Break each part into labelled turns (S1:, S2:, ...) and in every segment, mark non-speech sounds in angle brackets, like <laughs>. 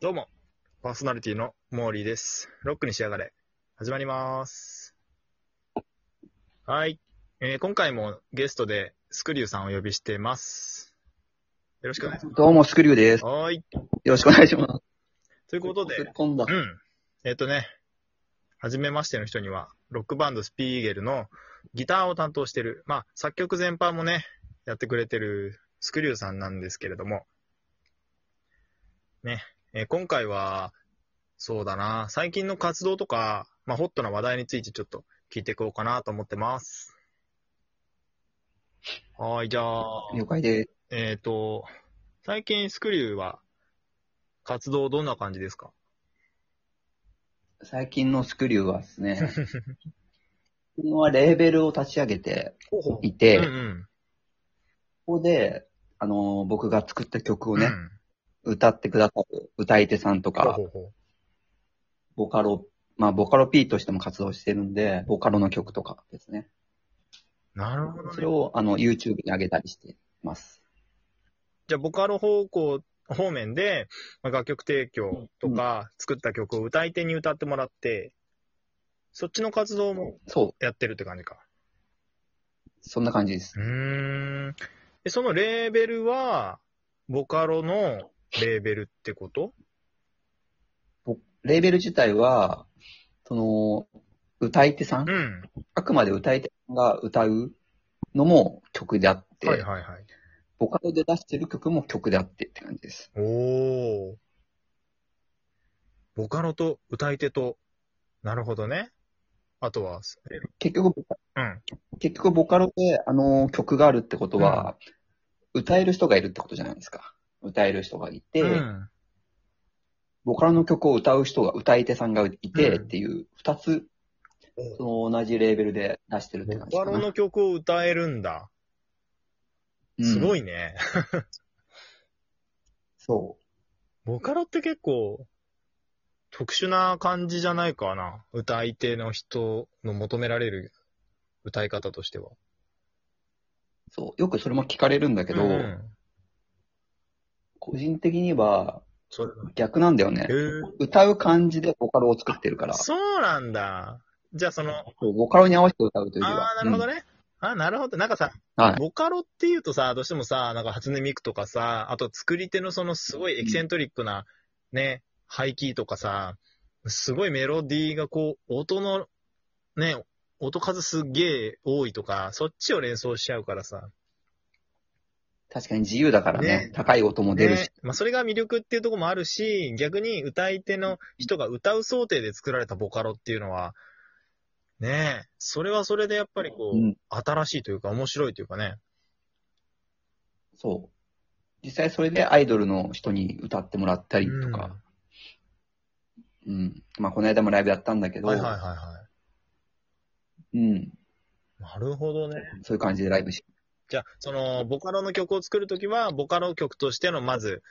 S1: どうも、パーソナリティのモーリーです。ロックに仕上がれ。始まります。はい、えー今回もゲストでスクリューさんをお呼びしてます。よろしくお願いしま
S2: どうも、スクリューです。
S1: す。
S2: よ
S1: はーい。
S2: ろしくお願いします。
S1: ということで、
S2: 今度
S1: う。ん。えっ、とね、初めましての人には、ロックバンドスピーゲルのギターを担当してる、まあ、作曲全般もね、やってくれてるスクリューさんなんですけれども、ね、えー今回は、そうだな、最近の活動とか、まあ、ホットな話題についてちょっと聞いていこうかなと思ってます。はーい、じゃあ、
S2: 了解です。
S1: えっ、と、最近スクリューは、活動どんな感じですか
S2: 最近のスクリューはで
S1: <laughs>
S2: すね、今はレーベルを立ち上げて
S1: ほうほ
S2: いて、
S1: うんう
S2: こ
S1: ん。
S2: こで、あのー、僕が作った曲をね、
S1: うん
S2: 歌ってくださる歌い手さんとか
S1: ほ、うほうほ
S2: ボカロ、まあ、ボカロ P としても活動してるんで、ボカロの曲とかですね。
S1: うなるほど
S2: それ
S1: ね。
S2: を、あの、YouTube に上げたりしてます。
S1: じゃあ、ボカロ方向、方面で、まあ、楽曲提供とか、作った曲を歌い手に歌ってもらって、そっちの活動も
S2: そう、
S1: やってるって感じか。
S2: そんな感じです。
S1: うーん。でそのレーベルは、ボカロのレーベルってこと
S2: レーベル自体は、その、歌い手さん
S1: うん。
S2: あくまで歌い手が歌うのも曲であって、
S1: はいはいはい。
S2: ボカロで出してる曲も曲であってって感じです。
S1: おー。ボカロと歌い手と、なるほどね。あとは、
S2: 結局ボカ、
S1: うん。
S2: 結局ボカロで、あの曲があるってことは、歌える人がいるってことじゃないですか。歌える人がいて、
S1: うん。
S2: ボカロの曲を歌う人が、歌い手さんがいて
S1: うん
S2: っていう、二つ、その同じレーベルで出してるって
S1: ボ
S2: 感じか
S1: カ
S2: な。
S1: ロの曲を歌えるんだ。すご
S2: い。
S1: いね。
S2: そ
S1: ボカロって結構、特殊な感じじゃないかな。歌い手の人の求められる歌い方としては。
S2: う。そう。よくそれも聞かれるんだけど、
S1: うん、
S2: 個人的には
S1: それ
S2: 逆なんだよね
S1: え。ー
S2: 歌う感じでボカロを作ってるから、
S1: そうなんだ。じゃあその、
S2: そうボカロに合わせて歌うというよりは
S1: あ。あ、なるほどね。あなるほど。なんかさ、
S2: うん。はい。
S1: ボカロっていうとさ、どうしてもさ、なんか初音ミクとかさ、あと作り手のそのすごいエキセントリックな、ね、ハイキーとかさ、すごいメロディーがこう、音の、ね、音数すっげえ多いとか、そっちを連想しちゃうからさ。
S2: 確かに自由だからね。
S1: ね
S2: 高い音も出るし。
S1: ね、まあそれが魅力っていうところもあるし、逆に歌い手の人が歌う想定で作られたボカロっていうのは、ねえ、それはそれでやっぱりこう、
S2: うん
S1: 新しいというか面白いというかね。
S2: そう。実際それでアイドルの人に歌ってもらったりとか。うん。まあ、この間もライブやったんだけ
S1: うん
S2: ど、
S1: はいはいはいは
S2: うん。
S1: い。なるほどね。
S2: そういう感じでライブし、
S1: じゃあ、その、ボカロの曲を作るときは、ボカロ曲としての、まず、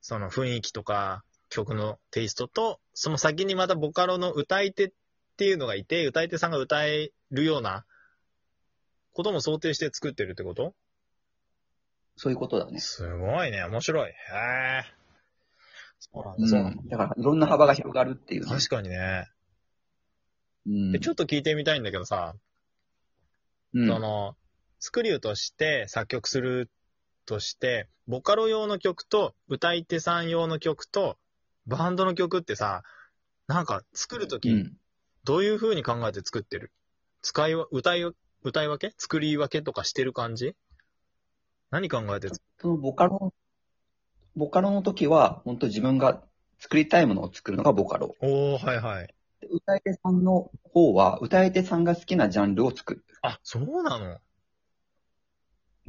S1: その雰囲気とか、曲のテイストと、その先にまたボカロの歌い手っていうのがいて、歌い手さんが歌えるようなことも想定して作ってるってこと
S2: そういうことだね。
S1: すごいね、面白い。へえ。そうなん
S2: う
S1: だ、そうなんだ。
S2: ん。だから、いろんな幅が広がるっていう、ね。
S1: 確かにね。
S2: うん
S1: でちょっと聞いてみたいんだけどさ、
S2: うん
S1: その、スクリューとして作曲するとして、ボカロ用の曲と歌い手さん用の曲とバンドの曲ってさ、なんか作ると
S2: う
S1: き、
S2: ん。
S1: どういう風に考えて作ってる、使いわ、歌い、歌い分け作り分けとかしてる感じ何考えて作
S2: そのボカロ、ボカロの時は、本当自分が作りたいものを作るのがボカロ。
S1: るおー、はいはい。
S2: で歌い手さんの方は、歌い手さんが好きなジャンルを作る。
S1: あ、そうなの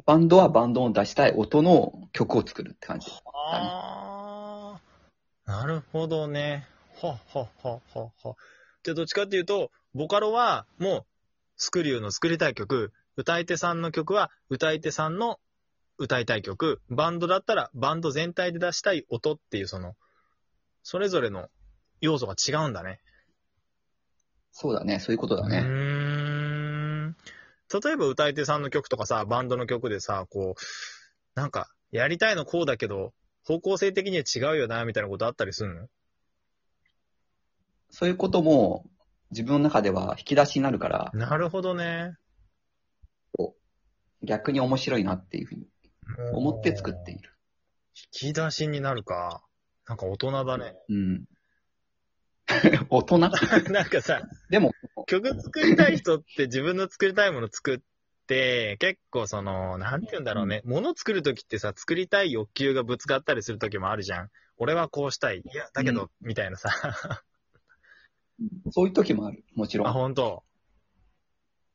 S2: バンドはバンドの出したい音の曲を作るって感じ。
S1: ああ、なるほどね。ははははは。じゃあどっちかっていうと、ボカロはもうスクリューの作りたい曲、歌い手さんの曲は歌い手さんの歌いたい曲、バンドだったらバンド全体で出したい音っていうその、それぞれの要素が違うんだね。
S2: そうだね、そういうことだ
S1: う
S2: ね。
S1: ーん。例えば歌い手さんの曲とかさ、バンドの曲でさ、こう、なんか、やりたいのこうだけど、方向性的には違うよな、みたいなことあったりするの
S2: そういうことも自分の中では引き出しになるから、
S1: なるほどね。
S2: 逆に面白いなっていうふうに思って作っている。
S1: 引き出しになるか。なんか大人だね。 <laughs>
S2: うん。 <laughs> 大人
S1: なんかさ、
S2: でも、
S1: 曲作りたい人って自分の作りたいもの作って、結構その、なんて言うんだろうね、もの作るときってさ、作りたい欲求がぶつかったりするときもあるじゃん。俺はこうしたい。いや、だけど、みたいなさ。 <laughs>
S2: そういう時もある。もちろ
S1: あ、
S2: ん。
S1: ほんと。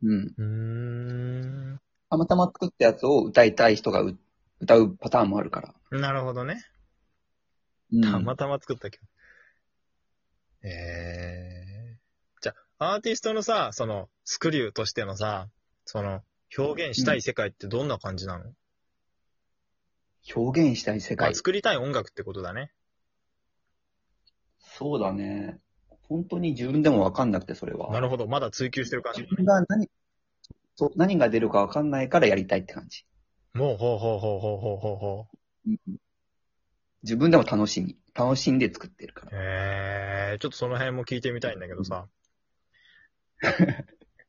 S2: うん。
S1: うーん。
S2: たまたま作ったやつを歌いたい人がう歌うパターンもあるから。
S1: なるほどね。
S2: うん、
S1: たまたま作ったけど。えー。じゃあ、アーティストのさ、その、スクリューとしてのさ、その、表現したい世界ってどんな感じなの、
S2: 表現したい世
S1: ま
S2: 界
S1: あ、。作りたい音楽ってことだね。
S2: そうだね。本当に自分でもわかんなくて、それ
S1: な
S2: は。
S1: るほど。まだ追求してる感じ
S2: 自。分が何、そう、何が出るかわかんないからやりたいって感じ。
S1: もう、ほうほうほうほうほうほうほう。
S2: 自分でも楽しみ。楽しんで作ってるから。
S1: えー、ちょっとその辺も聞いてみたいんだけどさ。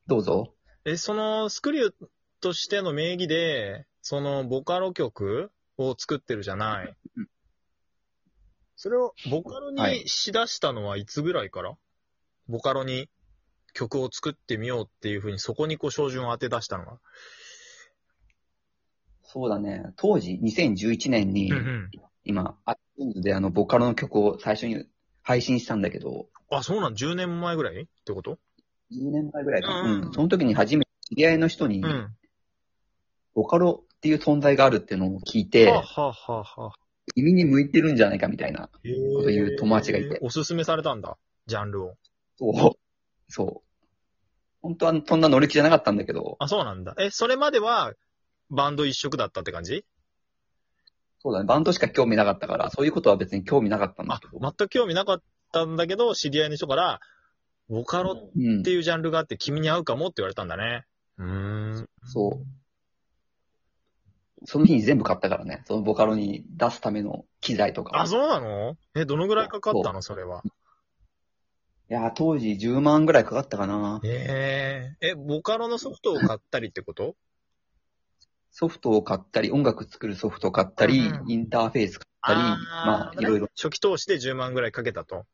S2: どうぞ。
S1: え、その、スクリューとしての名義で、その、ボカロ曲を作ってるじゃない
S2: うん。
S1: それを、ボカロ
S2: はい
S1: にしだしたのはいつぐらいから、ボカロに曲を作ってみようっていうふうに、そこにこう、照準を当て出したのは。
S2: そうだね。当時、2011年に
S1: うん、うん。
S2: 今、iTunes であの、ボカロの曲を最初に配信したんだけど、
S1: あ、そうなん、10年前ぐらいってこと
S2: 10年前ぐらいかな。
S1: うん
S2: うん。その時に初めて知り合いの人に
S1: う、ん。
S2: ボカロっていう存在があるっていうのを聞いて、
S1: はあはあはあはあ。
S2: 耳に向いてるんじゃないかみたいな。
S1: へー
S2: こと言う友達がいて
S1: おすすめされたんだ、ジャンルを。
S2: そう。そう。本当はそんな乗り気じゃなかったんだけど、
S1: あ、そうなんだ。え、それまでは、バンド一色だったって感じ
S2: そうだね。バンドしか興味なかったから、そういうことは別に興味なかったんだ
S1: あ
S2: けど。、
S1: 全く興味なかったんだけど、知り合いの人から、ボカロ
S2: う
S1: っ
S2: ん
S1: て。いうジャンルがあって君に合うかもって言われたんだね。うーん。
S2: そう。その日に全部買ったからね。そのボカロに出すための機材とか。
S1: あ、そうなのえ、どのぐらいかかったのそれは。
S2: いやー、当時10万ぐらいかかったかな。
S1: えええ、ボカロのソフトを買ったりってこと
S2: ソフトを買ったり、音楽作るソフトを買ったり、
S1: うんうん
S2: インターフェース買ったり、まあ、いろいろ。。
S1: 初期投資で10万ぐらいかけたと。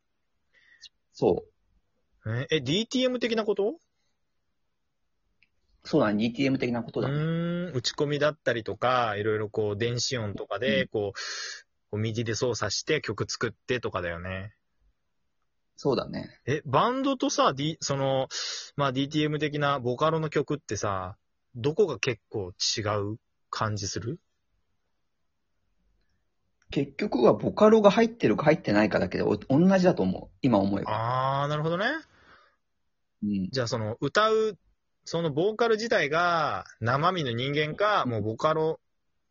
S2: そ
S1: え、え DTM 的なこと
S2: う。そうだね。DTM 的なことだ。
S1: うーん、打ち込みだったりとか、いろいろこう、電子音とか
S2: う
S1: で、こう、こう右で操作して曲作ってとかだよね。
S2: そうだね。
S1: え、バンドとさ、D、その、まあ DTM 的なボカロの曲ってさ、どこが結構違う感じする
S2: 結局はボカロが入ってるか入ってないかだけで、お同じだと思う。今思えば。
S1: あー、なるほどね。
S2: うん。
S1: じゃあその、歌う、そのボーカル自体が生身の人間か、もうボカロ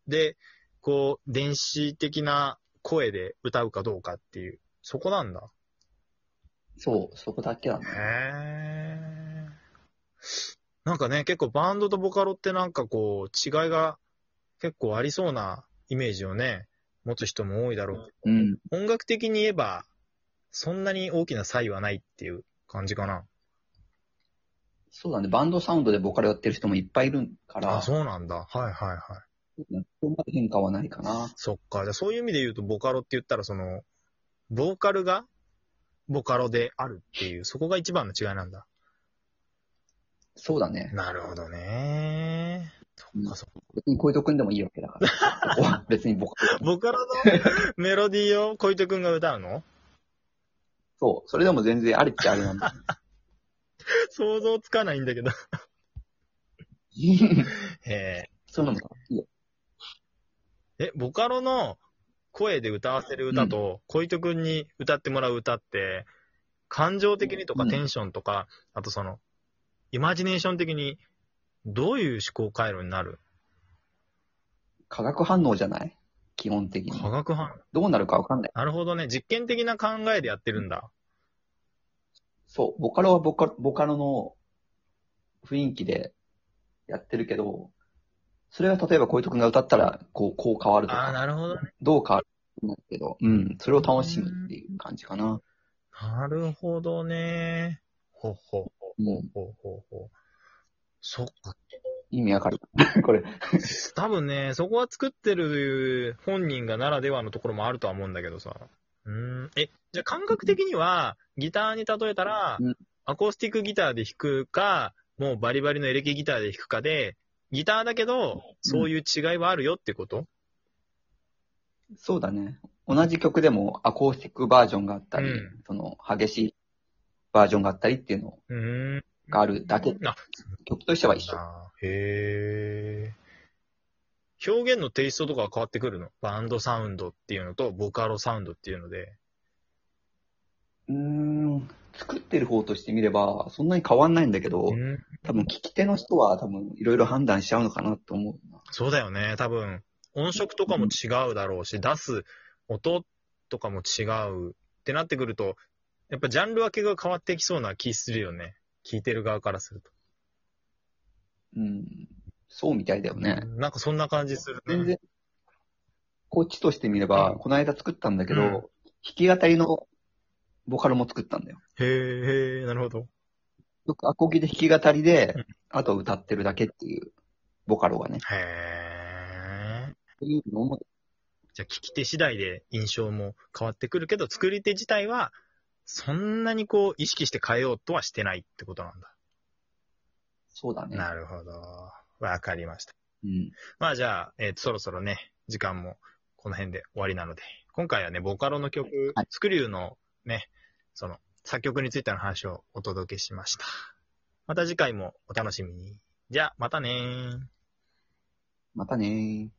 S1: で、こう、電子的な声で歌うかどうかっていう、そこなんだ。
S2: そう。そこだけだね。
S1: へーなんかね、結構バンドとボカロってなんかこう、違いが結構ありそうなイメージをね、持つ人も多いだろう。
S2: うん。
S1: 音楽的に言えば、そんなに大きな差異はないっていう感じかな。
S2: そうだね。バンドサウンドでボカロやってる人もいっぱいいるから、
S1: あ、そうなんだ。はいはいはい。
S2: そんな変化はないかな。
S1: そっか。じゃあそういう意味で言うと、ボカロって言ったら、その、ボーカルがボカロであるっていう、そこが一番の違いなんだ。
S2: そうだね。
S1: なるほどね。そっかそっか
S2: 別に小糸くんでもいいわけだから。そこは別にボカロ。
S1: ボカロのメロディーを小糸くんが歌うの
S2: そう。それでも全然ありっちゃあれなんだ。
S1: <laughs>
S2: <laughs>
S1: 想像つかないんだけど。え
S2: そうなのか。いいよ
S1: ーえ、ボカロの声で歌わせる歌と、小糸くんに歌ってもらう歌って、感情的にとか
S2: うん
S1: テンションとか、あとその、イマジネーション的に、どういう思考回路になる
S2: 化学反応じゃない基本的に
S1: 化。学反応。
S2: どうなるかわかんない。
S1: なるほどね。実験的な考えでやってるんだ。
S2: そう。ボカロはボカボカロの雰囲気でやってるけど、それが例えば小糸くんが歌ったら、こう、こう変わると
S1: ああ、
S2: か、
S1: なるほどね。
S2: どう変わるなんだけど、うん、それを楽しむっていう感じかな。
S1: なるほどね。ほほほ
S2: もう、
S1: ほほほ。そっか。
S2: 意味わかる。 <laughs> これ。
S1: 多分ね、そこは作ってる本人がならではのところもあるとは思うんだけどさ。うーん。え、じゃあ感覚的には、ギターに例えたら
S2: うん、
S1: アコースティックギターで弾くか、もうバリバリのエレキギターで弾くかで、ギターだけど、そういう違いはあるよってこと、
S2: そうだね。同じ曲でもアコースティックバージョンがあったり、
S1: うん
S2: その激しいバージョンがあったりっていうの
S1: うーん。
S2: があるだけ、
S1: あ、
S2: 曲としては一緒。
S1: あーへえ。表現のテイストとかは変わってくるのバンドサウンドっていうのと、ボカロサウンドっていうので。
S2: うーん、作ってる方としてみれば、そんなに変わんないんだけど、
S1: うん
S2: 多分聞き手の人は多分いろいろ判断しちゃうのかなと思うな。
S1: そうだよね、多分。音色とかも違うだろうし、出す音とかも違うってなってくると、やっぱジャンル分けが変わってきそうな気するよね。聞いてる側からすると。
S2: うん、そうみたいだよね。
S1: なんかそんな感じするね。
S2: 全然、こっちとしてみれば、
S1: うん
S2: この間作ったんだけど、
S1: うん
S2: 弾き語りのボカロも作ったんだよ。
S1: へえ、へえ、なるほど。
S2: よくアコギで弾き語りで
S1: うん、
S2: あと歌ってるだけっていう、ボカロが
S1: へ
S2: ね。
S1: え。
S2: そういうのも、
S1: じゃあ聞き手次第で印象も変わってくるけど、作り手自体は、そんなにこう、意識して変えようとはしてないってことなんだ。
S2: そうだね。
S1: なるほど。わかりました。
S2: うん。
S1: まあじゃあ、えーとそろそろね、時間もこの辺で終わりなので、今回はね、ボカロの曲、
S2: はい
S1: スクリューのね、その作曲についての話をお届けしました。また次回もお楽しみに。じゃあ、またねー。
S2: またねー。